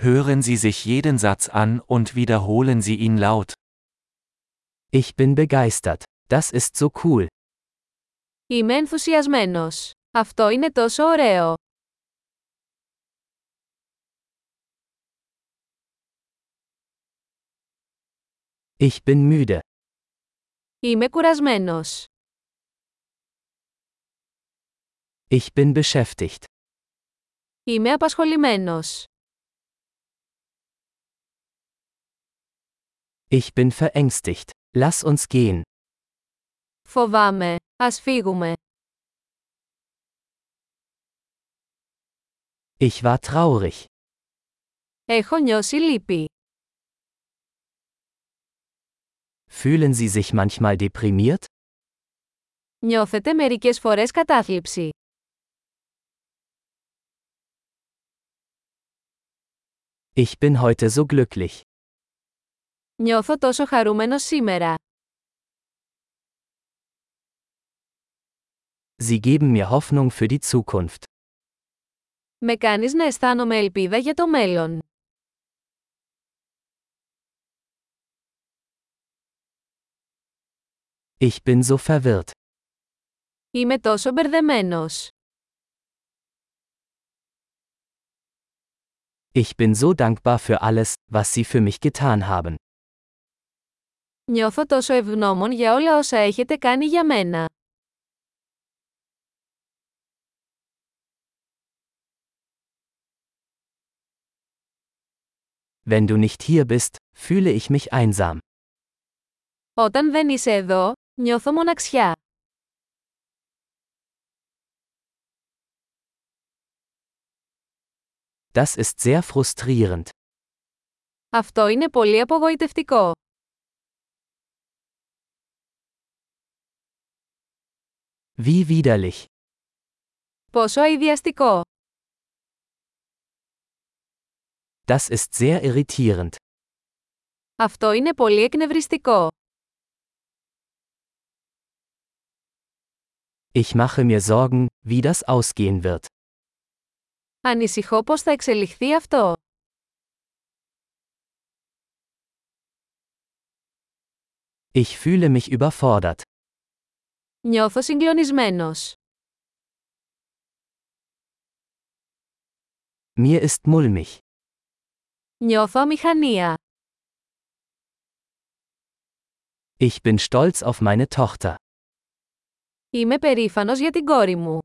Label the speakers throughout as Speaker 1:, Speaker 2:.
Speaker 1: Hören Sie sich jeden Satz an und wiederholen Sie ihn laut.
Speaker 2: Ich bin begeistert. Das ist so cool.
Speaker 3: Είμαι ενθουσιασμένος. Αυτό είναι τόσο ωραίο.
Speaker 2: Ich bin müde.
Speaker 3: Είμαι κουρασμένος.
Speaker 2: Ich bin beschäftigt.
Speaker 3: Είμαι απασχολημένος.
Speaker 2: Ich bin verängstigt. Lass uns gehen.
Speaker 3: Φοβάμαι. Ας φύγουμε.
Speaker 2: Ich war traurig.
Speaker 3: Έχω νιώσει λύπη.
Speaker 2: Fühlen Sie sich manchmal deprimiert?
Speaker 3: Νιώθετε μερικές φορές κατάθλιψη.
Speaker 2: Ich bin heute so glücklich.
Speaker 3: Νιώθω τόσο χαρούμενος σήμερα.
Speaker 2: Sie geben mir Hoffnung für die Zukunft.
Speaker 3: Με κάνεις να αισθάνομαι ελπίδα για το μέλλον.
Speaker 2: Ich bin so verwirrt.
Speaker 3: Είμαι τόσο μπερδεμένος.
Speaker 2: Ich bin so dankbar für alles, was Sie für mich getan haben.
Speaker 3: Νιώθω τόσο ευγνώμων για όλα όσα έχετε κάνει για μένα.
Speaker 2: Wenn du nicht hier bist, fühle ich mich einsam.
Speaker 3: Όταν δεν είσαι εδώ, νιώθω μοναξιά.
Speaker 2: Das ist sehr frustrierend.
Speaker 3: Αυτό είναι πολύ απογοητευτικό.
Speaker 2: Wie widerlich.
Speaker 3: Πόσο αειδιαστικό.
Speaker 2: Das ist sehr irritierend.
Speaker 3: Αυτό είναι πολύ εκνευριστικό.
Speaker 2: Ich mache mir Sorgen, wie das ausgehen wird.
Speaker 3: Ανησυχώ πώς θα εξελιχθεί αυτό.
Speaker 2: Ich fühle mich überfordert.
Speaker 3: Νιώθω συγκλονισμένος.
Speaker 2: Mir ist mulmig.
Speaker 3: Νιώθω αμηχανία.
Speaker 2: Ich bin stolz auf meine Tochter.
Speaker 3: Είμαι περήφανος για την κόρη μου.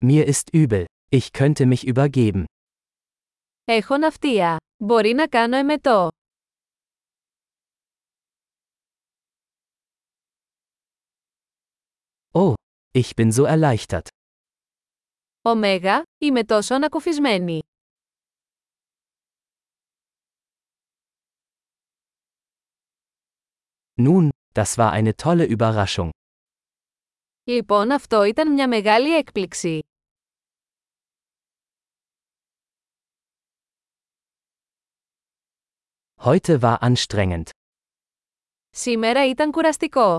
Speaker 2: Mir ist übel. Ich könnte mich übergeben.
Speaker 3: Έχω ναυτία. Μπορεί να κάνω εμετό.
Speaker 2: Oh, ich bin so erleichtert.
Speaker 3: Ωμέγα, είμαι τόσο ανακουφισμένη.
Speaker 2: Nun, das war eine tolle Überraschung.
Speaker 3: Λοιπόν αυτό ήταν μια μεγάλη έκπληξη.
Speaker 2: Heute war anstrengend.
Speaker 3: Σήμερα ήταν κουραστικό.